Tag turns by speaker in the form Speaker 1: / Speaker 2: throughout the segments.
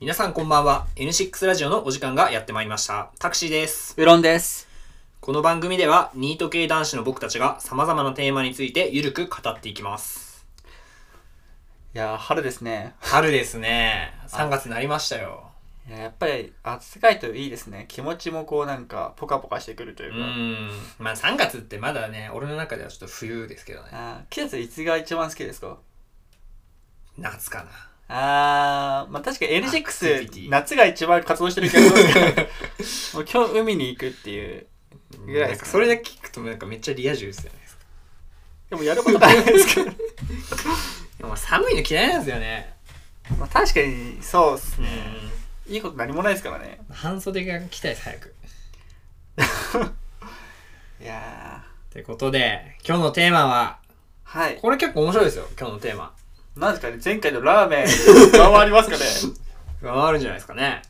Speaker 1: 皆さんこんばんは。N6 ラジオのお時間がやってまいりました。タクシーです。
Speaker 2: うろんです。
Speaker 1: この番組では、ニート系男子の僕たちが様々なテーマについてゆるく語っていきます。
Speaker 2: いやー、春ですね。
Speaker 1: 春ですね。3月になりましたよ。
Speaker 2: いややっぱり暑いといいですね。気持ちもこうなんかポカポカしてくるといううか。
Speaker 1: ん。まあ3月ってまだね、俺の中ではちょっと冬ですけどね。
Speaker 2: あー季節いつが一番好きですか
Speaker 1: 夏かな。
Speaker 2: あー、まあ確かに
Speaker 1: アクティビティ
Speaker 2: N6 夏が一番活動してるけど、 もう今日海に行くっていう。ぐらい
Speaker 1: な
Speaker 2: で
Speaker 1: ん
Speaker 2: すか
Speaker 1: かそれだけ聞くとなんかめっちゃリア充ですよね。
Speaker 2: でもやることないですけど。
Speaker 1: でも寒いの嫌いなんですよね。
Speaker 2: まあ確かにそうっす
Speaker 1: う
Speaker 2: ね。
Speaker 1: ん。
Speaker 2: いいこと何もないですからね。
Speaker 1: 半袖が来たいです、早く。
Speaker 2: いや
Speaker 1: ってことで、今日のテーマは、
Speaker 2: ー、はい。
Speaker 1: これ結構面白いですよ、今日のテーマ。
Speaker 2: なんですかね、前回のラーメン、上回りますか ね。
Speaker 1: 上回るんじゃないですかね。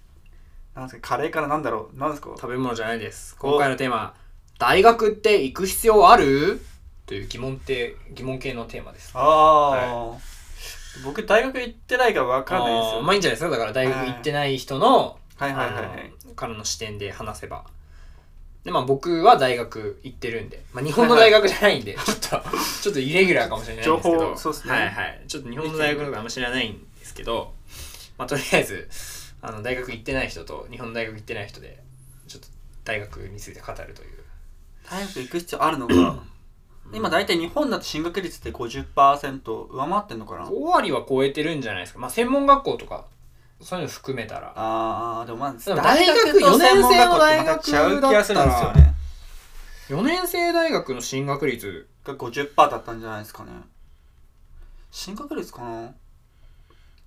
Speaker 2: なんですか、カレーからなんだろう。なんですか
Speaker 1: 食べ物じゃないです。今回のテーマ、大学って行く必要あるという疑問って、疑問系のテーマです。
Speaker 2: ああ、僕大学行ってないから分かんないです
Speaker 1: あー
Speaker 2: よ、
Speaker 1: まあいいんじゃないですか。だから大学行ってない人の、
Speaker 2: はいはいはいはい
Speaker 1: あのからの視点で話せば。で、まあ僕は大学行ってるんで、まあ日本の大学じゃないん で、ちょっと、ちょっとイレギュラーかもしれないんですけど。
Speaker 2: 情報そうっすね
Speaker 1: はいはい。ちょっと日本の大学とかあんま知らないんですけど、まあとりあえず、あの大学行ってない人と日本の大学行ってない人で、ちょっと大学について語るという。
Speaker 2: 大学行く必要あるのか今大体日本だと進学率って50%上回ってんのかな
Speaker 1: 5割は超えてるんじゃないですか。まあ専門学校とか、そういうの含めたら。
Speaker 2: ああでもまあ
Speaker 1: でも大学四年生の大学
Speaker 2: と専門学校ってまた違う気がするんですよね
Speaker 1: 4年生大学の進学率、
Speaker 2: が50%だったんじゃないですかね進学率かな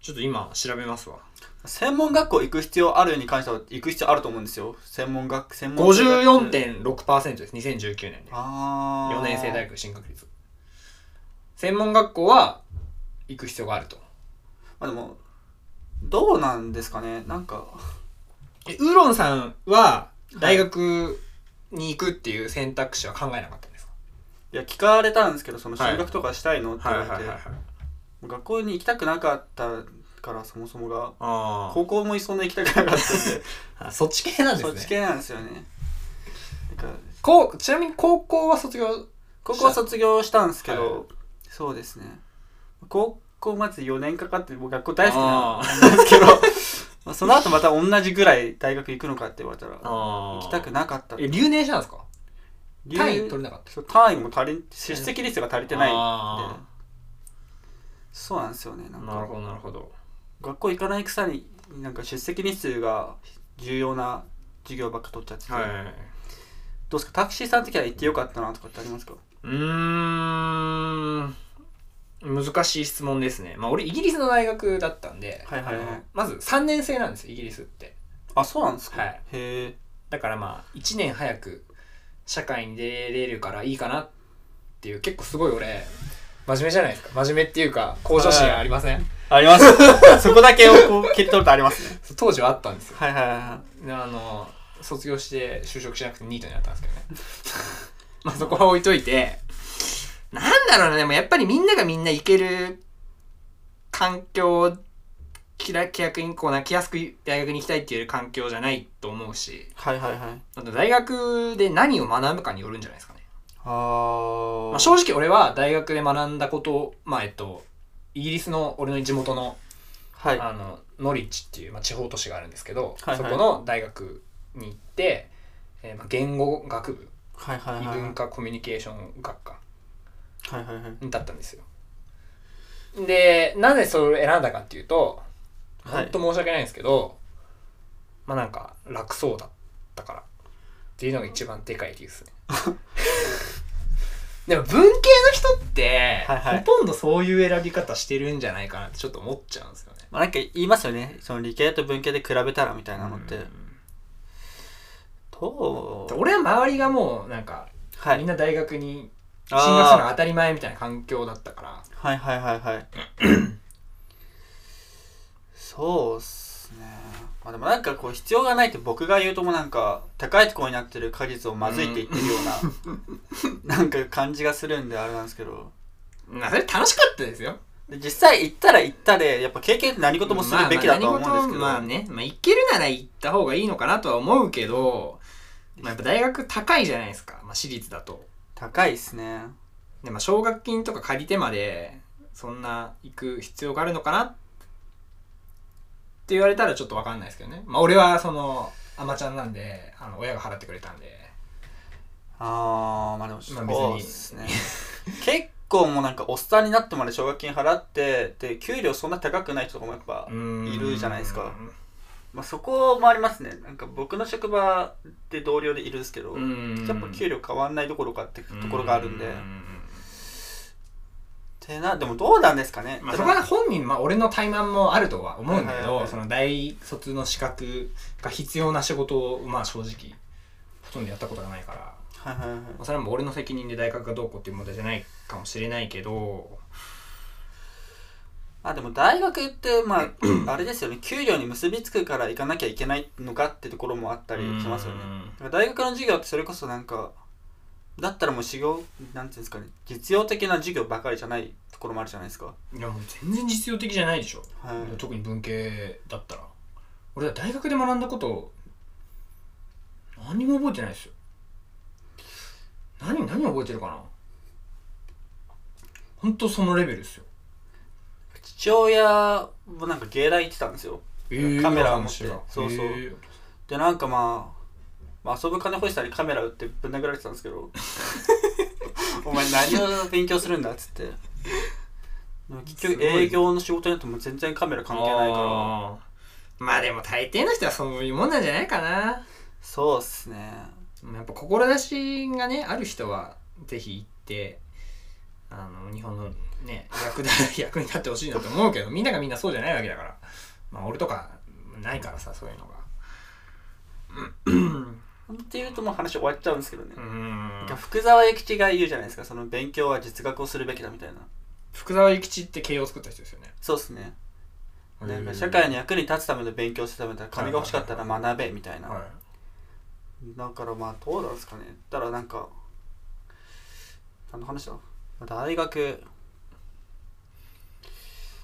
Speaker 1: ちょっと今調べますわ。
Speaker 2: 専門学校行く必要あるに関しては行く必要あると思うんですよ専門学専門
Speaker 1: 54.6%です2019年で
Speaker 2: ああ
Speaker 1: 4年生大学進学率専門学校は行く必要があると
Speaker 2: まあでもどうなんですかねなんか
Speaker 1: えウーロンさんは大学に行くっていう選択肢は考えなかったんですか
Speaker 2: いや聞かれたんですけどその進学とかしたいのって言われて、
Speaker 1: い
Speaker 2: 学校に行きたくなかったからそもそもが
Speaker 1: あ
Speaker 2: 高校もそんな行きたくなかったんで
Speaker 1: あ そっち系なんで
Speaker 2: そ
Speaker 1: す
Speaker 2: っち
Speaker 1: ね
Speaker 2: 系なんですよねなんか
Speaker 1: こうちなみに高校は卒業
Speaker 2: 高校卒業したんですけど、
Speaker 1: はい
Speaker 2: そうですね高校まず4年かかって僕学校大好き
Speaker 1: あ
Speaker 2: なんですけど まあその後また同じぐらい大学行くのかって言われたら行
Speaker 1: あ
Speaker 2: きたくなかった
Speaker 1: え留年したんですか
Speaker 2: 理由
Speaker 1: 単位取れなかった
Speaker 2: そう単位も足りん出席率が足りてないんで
Speaker 1: あ
Speaker 2: そうなんですよねなんか
Speaker 1: なるほどなるほど
Speaker 2: 学校行かないくさになんか出席日数が重要な授業ばっか取っちゃってて、
Speaker 1: はい
Speaker 2: どうですかタクシーさんの時は行ってよかったなとかってありますか
Speaker 1: うーん難しい質問ですねまあ俺イギリスの大学だったんで、
Speaker 2: はいはいはい
Speaker 1: あのまず3年生なんですよイギリスって
Speaker 2: あそうなんですか、
Speaker 1: はい
Speaker 2: へえ
Speaker 1: だからまあ1年早く社会に出れるからいいかなっていう結構すごい俺真面目じゃないですか真面目っていうか向上心ありません、
Speaker 2: あります そこだけをこう切り取るとありますね
Speaker 1: 当時はあったんですよ
Speaker 2: はいはいは
Speaker 1: であの卒業して就職しなくてニートになったんですけどね まあそこは置いといてなんだろうなでもやっぱりみんながみんな行ける環境気ら気楽にこうな気安く大学に行きたいっていう環境じゃないと思うし
Speaker 2: いはいはいはい
Speaker 1: あと大学で何を学ぶかによるんじゃないですかね、
Speaker 2: あー、
Speaker 1: まあ、正直俺は大学で学んだことをまあえっとイギリスの俺の地元の
Speaker 2: はい
Speaker 1: あのノリッチっていう、まあ、地方都市があるんですけど、
Speaker 2: はいはい
Speaker 1: そこの大学に行って、えーまあ、言語学部
Speaker 2: はいはいはい
Speaker 1: 異
Speaker 2: はい
Speaker 1: 文化コミュニケーション学科
Speaker 2: はいはいはい
Speaker 1: だったんですよでなぜそれを選んだかっていうと
Speaker 2: は
Speaker 1: 本
Speaker 2: い
Speaker 1: 当申し訳ないんですけど、まあなんか楽そうだったからっていうのが一番でかい理由ですね でも文系の人って、
Speaker 2: はいはい
Speaker 1: ほとんどそういう選び方してるんじゃないかなってちょっと思っちゃうんですよね
Speaker 2: まあ、なんか言いますよねその理系と文系で比べたらみたいなのって、
Speaker 1: うん
Speaker 2: どう
Speaker 1: 俺は周りがもうなんか、
Speaker 2: は
Speaker 1: み
Speaker 2: い
Speaker 1: んな大学に進
Speaker 2: あー
Speaker 1: 学するのが当たり前みたいな環境だったから
Speaker 2: はいはいはいはいそうっすねまあでもなんかこう必要がないって僕が言うともなんか高いところになってる果実をまずいって言ってるよ うな、なんか感じがするんであれなんですけど
Speaker 1: なそれ楽しかったですよ
Speaker 2: で実際行ったら行ったでやっぱ経験って何事もするべきだとは思うんですけど、
Speaker 1: まあまあ何事もまあね、まあ行けるなら行った方がいいのかなとは思うけど、まあ、やっぱ大学高いじゃないですか、まあ、私立だと。
Speaker 2: 高いっすね
Speaker 1: で、まあ、奨学金とか借りてまで、そんな行く必要があるのかなって言われたらちょっとわかんないですけどね。まあ、俺はその、アマちゃんなんで、あの、親が払ってくれたんで。
Speaker 2: ああまあでもそう
Speaker 1: まあ
Speaker 2: で
Speaker 1: 別に
Speaker 2: すね結構もうなんかおっさんになってまで奨学金払ってで給料そんな高くない人とかもやっぱ、いるじゃないですかまあ、そこもありますねなんか僕の職場で同僚でいるんですけど、
Speaker 1: うん。
Speaker 2: やっぱ給料変わんないどころかってところがあるんで、
Speaker 1: う
Speaker 2: てなでもどうなんですかね、
Speaker 1: まあ、
Speaker 2: た
Speaker 1: そ
Speaker 2: だ
Speaker 1: こは本人、まあ、俺の怠慢もあるとは思うんだけ
Speaker 2: はいはいは
Speaker 1: ど、
Speaker 2: い
Speaker 1: その大卒の資格が必要な仕事を、まあ、正直、ほとんどやったことがないから、
Speaker 2: はいはいはい
Speaker 1: まあそれはもう俺の責任で大学がどうこうっていう問題じゃないかもしれないけど、
Speaker 2: あでも大学ってまああれですよね給料に結びつくから行かなきゃいけないのかってところもあったりしますよね
Speaker 1: うん
Speaker 2: だから大学の授業ってそれこそなんかだったらもう修行なんていうんですかね実用的な授業ばかりじゃないところもあるじゃないですか
Speaker 1: いや、もう全然実用的じゃないでしょ。
Speaker 2: はい
Speaker 1: 特に文系だったら。俺は大学で学んだこと、何も覚えてないですよ。何、何覚えてるかなほんとそのレベルですよ。
Speaker 2: 父親もなんか芸大行ってたんですよカメラを持って
Speaker 1: 知らん
Speaker 2: そうそう
Speaker 1: へー
Speaker 2: でなんかまあまあ、遊ぶ金欲しさにカメラ売ってぶん殴られてたんです けどお前何を勉強するんだっつってでも結
Speaker 1: す
Speaker 2: 局
Speaker 1: ごい
Speaker 2: 営業の仕事になっても全然カメラ関係ないから
Speaker 1: あーまあでも大抵の人はそういうもんなんじゃないかな
Speaker 2: そうっすね
Speaker 1: やっぱ志がねある人はぜひ行ってあの日本のね役だ 役に立ってほしいなと思うけどみんながみんなそうじゃないわけだからまあ俺とかないからさそういうのがうん
Speaker 2: っていうともう話終わっちゃうんですけどね、
Speaker 1: うん
Speaker 2: なんか福沢諭吉が言うじゃないですかその勉強は実学をするべきだみたいな
Speaker 1: 福沢諭吉って慶応を作った人ですよね
Speaker 2: そうっすねなんか社会の役に立つための勉強をするためだ金が欲しかったら学べみたいな、
Speaker 1: は
Speaker 2: だからまあどうなんですかねだからなんか何の話だ大学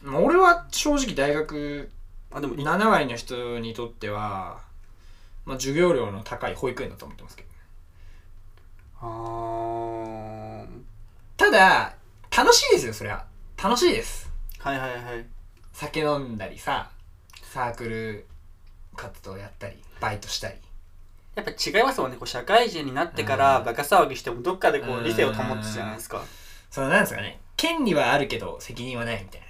Speaker 1: いまあ俺は正直大学
Speaker 2: あでもい
Speaker 1: 7割の人にとっては、まあ、授業料の高い保育園だと思ってますけど
Speaker 2: あー
Speaker 1: ただ楽しいですよそりゃ楽しいです
Speaker 2: はいはいはい
Speaker 1: 酒飲んだりさサークル活動やったりバイトしたり
Speaker 2: やっぱ違いますもんねこう社会人になってから
Speaker 1: うん
Speaker 2: バカ騒ぎしてもどっかでこ
Speaker 1: う
Speaker 2: うん理性を保つじゃないですか
Speaker 1: そのなんですかね権利はあるけど責任はないみたいな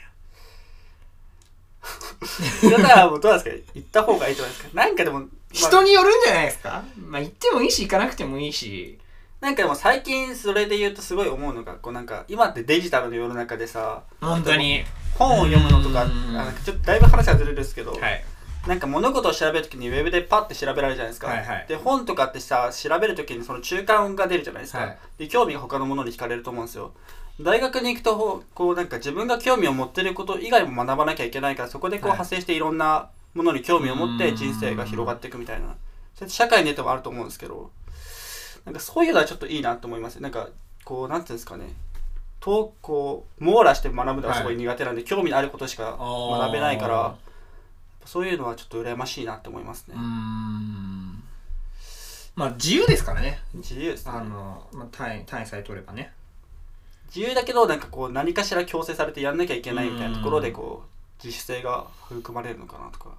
Speaker 2: だからもうどう なんですか行った方がいいと思いますかなんかでも、まあ
Speaker 1: 人によるんじゃないですかまあ行ってもいいし行かなくてもいいし
Speaker 2: なんかでも最近それで言うとすごい思うのがこうなんか今ってデジタルの世の中でさ
Speaker 1: 本当に
Speaker 2: 本を読むのとかあ
Speaker 1: うん
Speaker 2: なんかちょっとだいぶ話はずれるんですけど、
Speaker 1: はい
Speaker 2: なんか物事を調べるときにウェブでパッて調べられるじゃないですか、
Speaker 1: はいはい
Speaker 2: で本とかってさ調べるときにその中間が出るじゃないですか、
Speaker 1: はい
Speaker 2: で興味が他のものに惹かれると思うんですよ大学に行くとほこうなんか自分が興味を持ってること以外も学ばなきゃいけないからそこでこう
Speaker 1: はい
Speaker 2: 派生していろんなものに興味を持っ
Speaker 1: う
Speaker 2: て
Speaker 1: ん
Speaker 2: 人生が広がっていくみたいなそれって社会に出てもあると思うんですけどなんかそういうのはちょっといいなと思いますなんかこうなんていうんですかねとこう網羅して学ぶのはすごい苦手なんで、興味のあることしか学べないからそういうのはちょっと羨ましいなって思いますね
Speaker 1: うー。んまあ自由ですからね
Speaker 2: 自由ですね
Speaker 1: あの、まあ、単位単位さえ取ればね
Speaker 2: 自由だけどなんかこう何かしら強制されてやんなきゃいけないみたいなところでこう自主性が育まれるのかなとか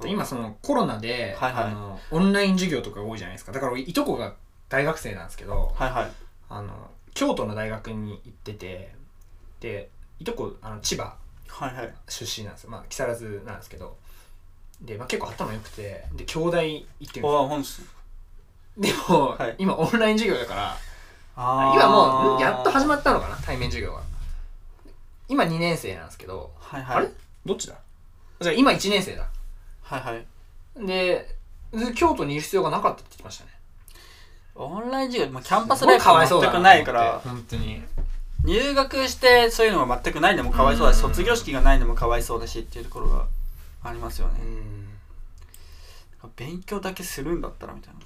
Speaker 1: で今そのコロナで、
Speaker 2: はいはい
Speaker 1: あのオンライン授業とか多いじゃないですかだから俺いとこが大学生なんですけど
Speaker 2: はいはい
Speaker 1: あの京都の大学に行っててでいとこあの千葉
Speaker 2: はいはい
Speaker 1: 出身なんですよ、まあ、木更津なんですけどで、まあ、結構頭良くてで京大行ってるん
Speaker 2: ああ本日
Speaker 1: ですよでも、
Speaker 2: はい
Speaker 1: 今オンライン授業だから
Speaker 2: あ
Speaker 1: 今もうやっと始
Speaker 2: っ
Speaker 1: まったのかな対面授業が今2年生なんですけど
Speaker 2: はい
Speaker 1: あ
Speaker 2: はい
Speaker 1: れどっちだじゃあ今1年生だ
Speaker 2: はいはい
Speaker 1: でで京都にいる必要がなかったって言ってましたね
Speaker 2: オンライン授業、まあ、キャンパス
Speaker 1: すご
Speaker 2: ライ
Speaker 1: い
Speaker 2: フ
Speaker 1: かわ
Speaker 2: が
Speaker 1: いそうだ
Speaker 2: 全
Speaker 1: と
Speaker 2: く
Speaker 1: 思っ
Speaker 2: な
Speaker 1: て
Speaker 2: いから
Speaker 1: 本当に
Speaker 2: 入学してそういうのが全くないのもかわいそうだし
Speaker 1: うん
Speaker 2: 卒業式がないのもかわいそうだしっていうところがありますよね
Speaker 1: うん
Speaker 2: 勉強だけするんだったらみたいな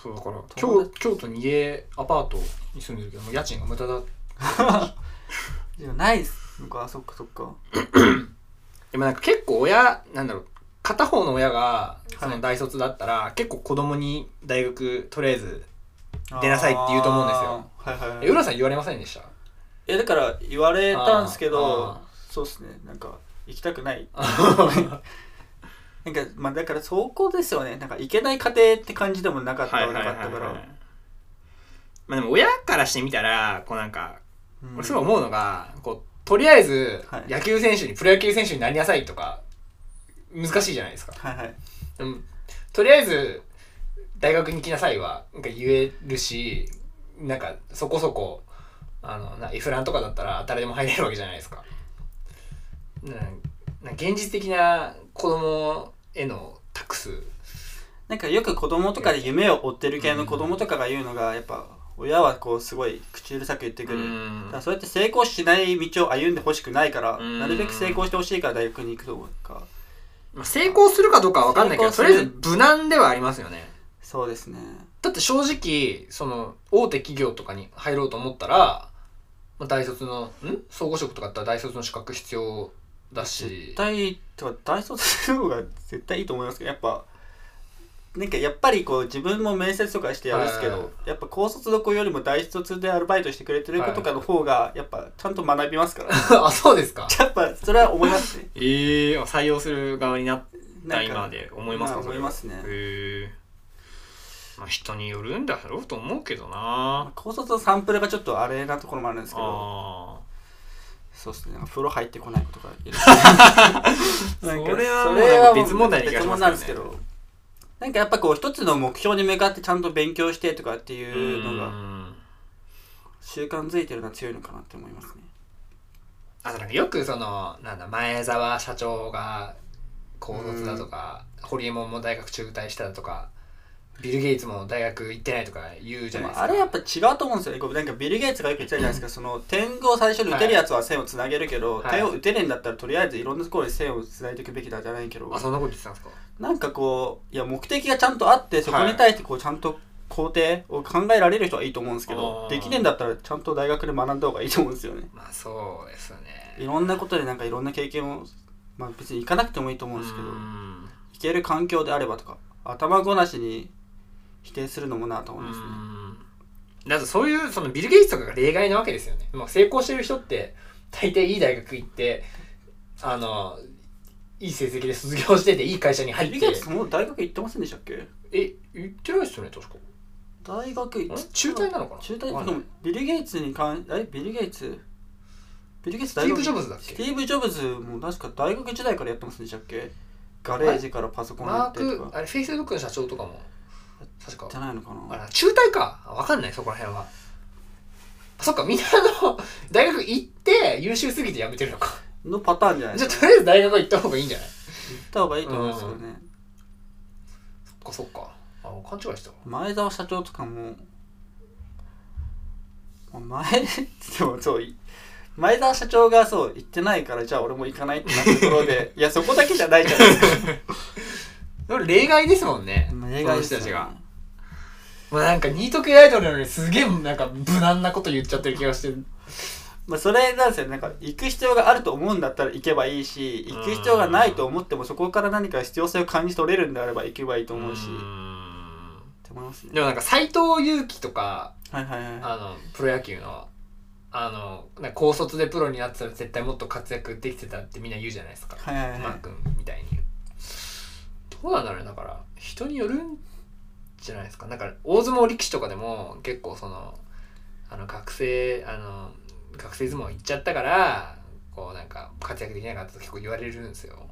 Speaker 1: そうだから
Speaker 2: 友
Speaker 1: 京京都に 家アパートに住んでるけどもう家賃が無駄だ
Speaker 2: でもないですそっかそっかそっか
Speaker 1: でもなんか結構親なんだろう片方の親がそ
Speaker 2: は
Speaker 1: の
Speaker 2: い
Speaker 1: 大卒だったら、結構子供に大学とりあえず出なさいって言うと思うんですよ
Speaker 2: あーはいはい、は
Speaker 1: え
Speaker 2: い、
Speaker 1: 浦さん言われませんでした
Speaker 2: えだから言われたんですけ
Speaker 1: あー
Speaker 2: ど
Speaker 1: あ
Speaker 2: そうっすねなんか行きたくない
Speaker 1: は
Speaker 2: なんかまあだからそこですよねなんか行けない家庭って感じでもなかっ
Speaker 1: い
Speaker 2: た
Speaker 1: は
Speaker 2: は
Speaker 1: い
Speaker 2: な
Speaker 1: はい
Speaker 2: か
Speaker 1: は
Speaker 2: っ
Speaker 1: い
Speaker 2: たから、
Speaker 1: まあでも親からしてみたらこうなんか
Speaker 2: うん
Speaker 1: 俺すごい思うのがこうとりあえず
Speaker 2: はい
Speaker 1: 野球選手にプロ野球選手になりなさいとか難しいじゃないですか
Speaker 2: はいはい
Speaker 1: でもとりあえず大学に行きなさいはなんか言えるしなんかそこそこあのなエフランとかだったら誰でも入れるわけじゃないですか。なんなんか現実的な子供への託す。
Speaker 2: なんかよく子供とかで夢を追ってる系の子供とかが言うのがやっぱ親はこうすごい口うるさく言ってくる、だからそうやって成功しない道を歩んでほしくないから、
Speaker 1: うん
Speaker 2: なるべく成功してほしいから大学に行くとか
Speaker 1: まあ成功するかどうかは分かんないけど
Speaker 2: 成
Speaker 1: と
Speaker 2: 功
Speaker 1: りあ
Speaker 2: す
Speaker 1: え
Speaker 2: る
Speaker 1: ず無難ではありますよね。
Speaker 2: そうですね
Speaker 1: だって正直その大手企業とかに入ろうと思ったら、まあ、大卒のん総合職とかだったら大卒の資格必要だし
Speaker 2: 絶。対とか大卒する方が絶対いいと思いますけどやっぱなんかやっぱりこう自分も面接とかしてやるんですけ
Speaker 1: はい
Speaker 2: どやっぱ高卒の子よりも大卒でアルバイトしてくれてる子とかの方がやっぱちゃんと学び ますから、
Speaker 1: あそうですか
Speaker 2: やっぱそれは思いますね
Speaker 1: ええ採用する側になった
Speaker 2: なんか
Speaker 1: 今で思いますか
Speaker 2: まあ思いますね
Speaker 1: それはへえまあ人によるんだろうと思うけど
Speaker 2: まあ
Speaker 1: な
Speaker 2: 高卒のサンプルがちょっとあれなところもあるんですけど
Speaker 1: あ
Speaker 2: そうですねなんか風呂入ってこないことが いる
Speaker 1: そ
Speaker 2: なんか
Speaker 1: れはもう
Speaker 2: それは
Speaker 1: 別問題な気が
Speaker 2: 別
Speaker 1: し
Speaker 2: 問
Speaker 1: ますけどね
Speaker 2: 題なんですけどなんかやっぱこう一つの目標に向かってちゃんと勉強してとかって
Speaker 1: あ
Speaker 2: いうのが
Speaker 1: ん
Speaker 2: 習慣づいてるのは強いのかなって思いますね
Speaker 1: あとなんかよくそのなんだ前澤社長が高卒だとか堀江門も大学中退しただとかビル・ゲイツも大学行ってないとか言うじ
Speaker 2: で
Speaker 1: ゃないですか
Speaker 2: もあれやっぱ違うと思うんですよねこうなんかビル・ゲイツがよく言ってたじゃないですかその点を最初に打てるやつは線をつなげるけど、
Speaker 1: はい
Speaker 2: 点を打てねえんだったらとりあえずいろんなところに線をつないでいくべきだじゃないけど
Speaker 1: あそんなこと言ってたんですか
Speaker 2: なんかこういや目的がちゃんとあってそこに対してこうちゃんと工程を考えられる人はいいと思うんですけど、
Speaker 1: あー
Speaker 2: できねえんだったらちゃんと大学で学んだ方がいいと思うんですよね
Speaker 1: まあそうですね
Speaker 2: いろんなことでなんかいろんな経験を、まあ、別に行かなくてもいいと思うんですけど行
Speaker 1: ん
Speaker 2: ける環境であればとか頭ごなしに否定するのもなと思
Speaker 1: う
Speaker 2: いますね、
Speaker 1: んだとそういうそのビル・ゲイツとかが例外なわけですよね、まあ、成功してる人って大抵いい大学行ってあのいい成績で卒業してていい会社に入
Speaker 2: ビル・
Speaker 1: っ
Speaker 2: ゲイ
Speaker 1: て
Speaker 2: ツもう大学行ってませんでしたっけ
Speaker 1: え言ってないっすよね確か
Speaker 2: 大学行
Speaker 1: あ
Speaker 2: っ
Speaker 1: れ中退なのかな
Speaker 2: 中
Speaker 1: わか
Speaker 2: 退
Speaker 1: ん
Speaker 2: で
Speaker 1: ない
Speaker 2: もビル・ゲイツに関えビル・ゲイツビル・ゲイ
Speaker 1: ス
Speaker 2: ツ
Speaker 1: ティーブ・ジョ
Speaker 2: ブ
Speaker 1: ブズだっ
Speaker 2: ステ
Speaker 1: け
Speaker 2: ィーブ・ジョブズも確か大学時代からやってますんでしたっけガレージからパソコンや
Speaker 1: マー
Speaker 2: ってと
Speaker 1: ク
Speaker 2: か
Speaker 1: あれフェイスブックの社長とかも確か
Speaker 2: じゃないのか
Speaker 1: あ
Speaker 2: な
Speaker 1: ら中退かあわかんないそこら辺はあそっかみんなあの 大学行って優秀すぎて辞めてるのか
Speaker 2: のパターンじゃない
Speaker 1: じ
Speaker 2: で
Speaker 1: ゃあと
Speaker 2: すか、
Speaker 1: りあえず大学行った方がいいんじゃない
Speaker 2: 行った方がいいと思うんですけどね、
Speaker 1: そっかそっかあ勘違いしたわ
Speaker 2: 前澤社長とかも前 でもそうい前澤社長がそう言ってないからじゃあ俺も行かないってなったところ でいやそこだけじゃないじゃないです か
Speaker 1: でも例外ですもんね。
Speaker 2: 映画です
Speaker 1: その人たち
Speaker 2: よ
Speaker 1: が
Speaker 2: ね。
Speaker 1: もうなんか、ニート系アイドルなのにすげえなんか無難なこと言っちゃってる気がして。
Speaker 2: まあ、それなんですよねなんか行く必要があると思うんだったら行けばいいし行く必要がないと思ってもそこから何か必要性を感じ取れるんであれば行けばいいと思うしって思いますね
Speaker 1: でもなんか、斎藤佑樹とか、
Speaker 2: はいはいはい
Speaker 1: あの、プロ野球の、あの、なんか高卒でプロになってたら絶対もっと活躍できてたってみんな言うじゃないですか。
Speaker 2: はいはい
Speaker 1: マ
Speaker 2: は
Speaker 1: ー君みたいに。どうなんだろうねだから、人によるんじゃないですか。なんか、大相撲力士とかでも結構その、あの、学生、あの、学生相撲行っちゃったから、こうなんか活躍できなかったと結構言われるんですよ。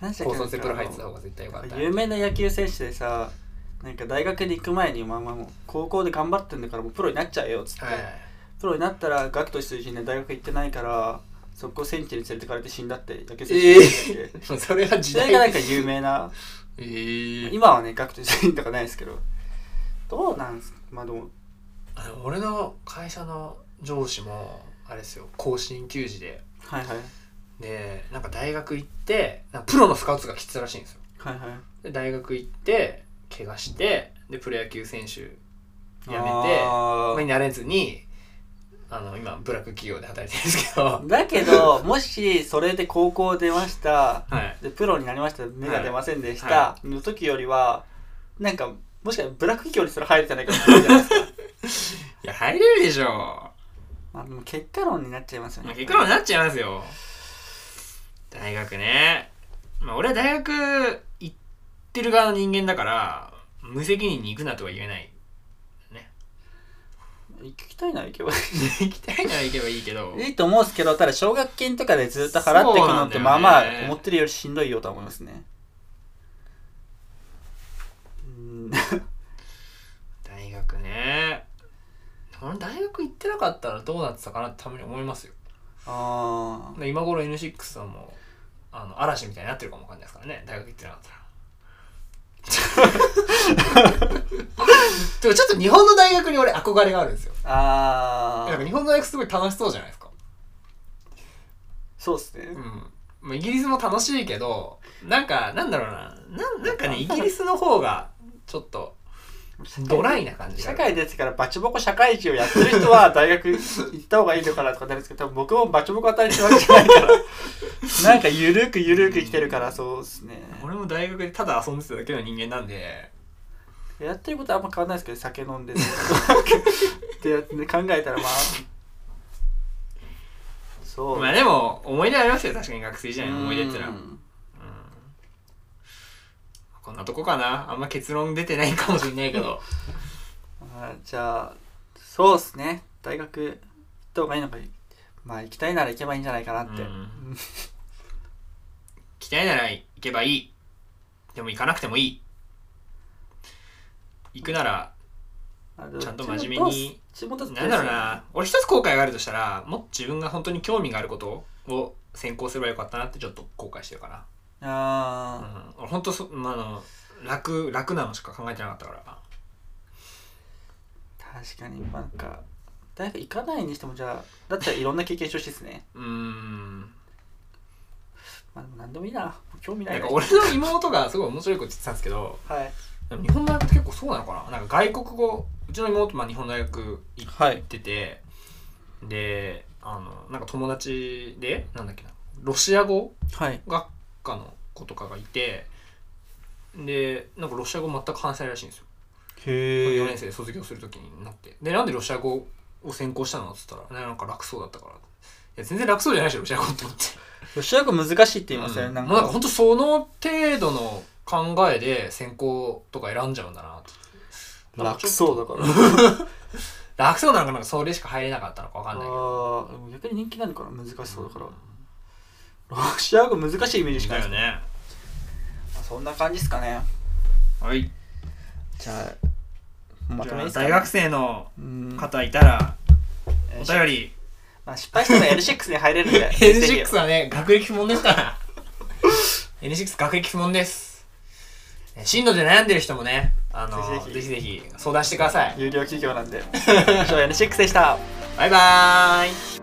Speaker 2: いなんでした
Speaker 1: 高
Speaker 2: っけ
Speaker 1: 卒でプロ入ってた方が絶対よかった。
Speaker 2: 有名な野球選手でさなんか大学に行く前に、まあ、まあもう高校で頑張ってんだからもうプロになっちゃえよっつって、
Speaker 1: はい。
Speaker 2: プロになったら学徒出陣で大学行ってないから速攻戦地に連れてかれて死んだって野球選
Speaker 1: え
Speaker 2: 手
Speaker 1: え
Speaker 2: でしたっけ
Speaker 1: それは時
Speaker 2: それがな
Speaker 1: 代
Speaker 2: んか有名な
Speaker 1: えー、
Speaker 2: 今はね学徒出陣とかないですけどどうなんすかまあでも
Speaker 1: あの俺の会社の上司も、あれですよ、更新給仕で。
Speaker 2: はいはい
Speaker 1: で、なんか大学行って、なんかプロのスカウトが来てたらしいんですよ。
Speaker 2: はいはい
Speaker 1: で大学行って怪我してでプロ野球選手辞めて
Speaker 2: あ
Speaker 1: まあ
Speaker 2: ー
Speaker 1: になれずにあの今ブラック企業で働いてるんですけど は
Speaker 2: だけど、もしそれで高校出ました、
Speaker 1: い
Speaker 2: でプロになりました、目が出ませんでした、
Speaker 1: は
Speaker 2: の時よりは、なんか、もしかしたらブラック企業にすら入れてないかもしれないじゃないですか。
Speaker 1: いや入れるでしょ
Speaker 2: まあ、でも結果論になっちゃいますよ
Speaker 1: ま
Speaker 2: ね。
Speaker 1: あ結果論になっちゃいますよ大学ねまあ俺は大学行ってる側の人間だから無責任に行くなとは言えないね
Speaker 2: 行きたいなら行けばい
Speaker 1: 行きたいなら行けばいいけど
Speaker 2: い。いいと思うんですけど、ただ奨学金とかでずっと払ってい
Speaker 1: そう
Speaker 2: くのって、
Speaker 1: なんだよね
Speaker 2: まあまあ、思ってるよりしんどいよとは思いますね。うん
Speaker 1: 大学ね俺大学行ってなかったらどうなってたかなってたまに思いますよ
Speaker 2: あ
Speaker 1: で今頃 N6 さんもあの嵐みたいになってるかもわかんないですからね大学行ってなかったら で もちょっと日本の大学に俺憧れがあるんですよ
Speaker 2: ーあ
Speaker 1: なんか
Speaker 2: ー
Speaker 1: 日本の大学すごい楽しそうじゃないですか
Speaker 2: そうですね
Speaker 1: うん、まあ、イギリスも楽しいけどなんかなんだろうななんなんかねイギリスの方がちょっとドライな感じがあ
Speaker 2: 社
Speaker 1: る
Speaker 2: 会出てからバチボコ社会人をやってる人は大学行った方がいいのかなとかなるんですけど多分僕もバチボコ当たりしてるわけじゃないか らなんかゆるくゆるく生きてるからそうですね
Speaker 1: 俺も大学でただ遊んでただけの人間なんで
Speaker 2: やってることはあんま変わらないですけど酒飲んでってやってね考えたらまあそう
Speaker 1: まあでも思い出ありますよ確かに学生時代の思い出ってのは
Speaker 2: うん
Speaker 1: こんなとこかなあんま結論出てないかもしれないけど
Speaker 2: あじゃあそうですね大学行った方がいいのかまあ行きたいなら行けばいいんじゃないかなって、
Speaker 1: うん行きたいなら行けばいいでも行かなくてもいい行くなら
Speaker 2: あでも
Speaker 1: ちゃんと真面目に
Speaker 2: うちもどうちも
Speaker 1: なんだろうな俺一つ後悔があるとしたらもっと自分が本当に興味があることを先行すればよかったなってちょっと後悔してるか
Speaker 2: あ
Speaker 1: な、う
Speaker 2: ー
Speaker 1: ん、俺本当そ、まあ、あの楽楽なのしか考えてなかったから
Speaker 2: 確かになんか大学行かないにしてもじゃあだったらいろんな経験してほしいですね
Speaker 1: うーん
Speaker 2: まあでも何でもいいなもう興味な
Speaker 1: ないんか
Speaker 2: は
Speaker 1: 俺の妹がすごい面白いこと言ってたんですけど
Speaker 2: い
Speaker 1: でも日本の大学って結構そうなのかななんか外国語うちの妹まあ日本の大学行っ
Speaker 2: はい
Speaker 1: 行っててであのなんか友達でなんだっけなロシア語
Speaker 2: はい
Speaker 1: 学科の子とかがいてでなんかロシア語全く話せないらしいんですよ、
Speaker 2: へ
Speaker 1: 4年生で卒業する時になってでなんでロシア語を専攻したのっつったらねなんか楽そうだったからいや全然楽そうじゃないでしょロシア語って思って
Speaker 2: ロシア語難しいって言いますよね、
Speaker 1: うん
Speaker 2: なん
Speaker 1: もうなん
Speaker 2: か
Speaker 1: か本当その程度の考えで専攻とか選んじゃうんだなって
Speaker 2: 楽そうだから
Speaker 1: 楽そうなのかなんかそれしか入れなかったのか分か
Speaker 2: あ
Speaker 1: んないけど
Speaker 2: ーでも逆に人気なのかな難しそうだから、 ロシア語難しいイメージしか
Speaker 1: だ
Speaker 2: ない
Speaker 1: よね
Speaker 2: そんな感じですかね
Speaker 1: はい
Speaker 2: じゃあま
Speaker 1: じ
Speaker 2: と
Speaker 1: ゃ
Speaker 2: め
Speaker 1: あ
Speaker 2: ですか、
Speaker 1: 大学生の
Speaker 2: うん、
Speaker 1: 方いたら
Speaker 2: えー
Speaker 1: お便り
Speaker 2: まあ、失敗しても L6 に入れ るんでぜ
Speaker 1: N6
Speaker 2: ひ
Speaker 1: はね学歴不問ですから N6 学歴不問ですね進路で悩んでる人もねあの
Speaker 2: ぜ
Speaker 1: ぜ
Speaker 2: ひ
Speaker 1: ひぜひ相談してください
Speaker 2: 有料企業なんで以上 L6 でした
Speaker 1: バイバーイ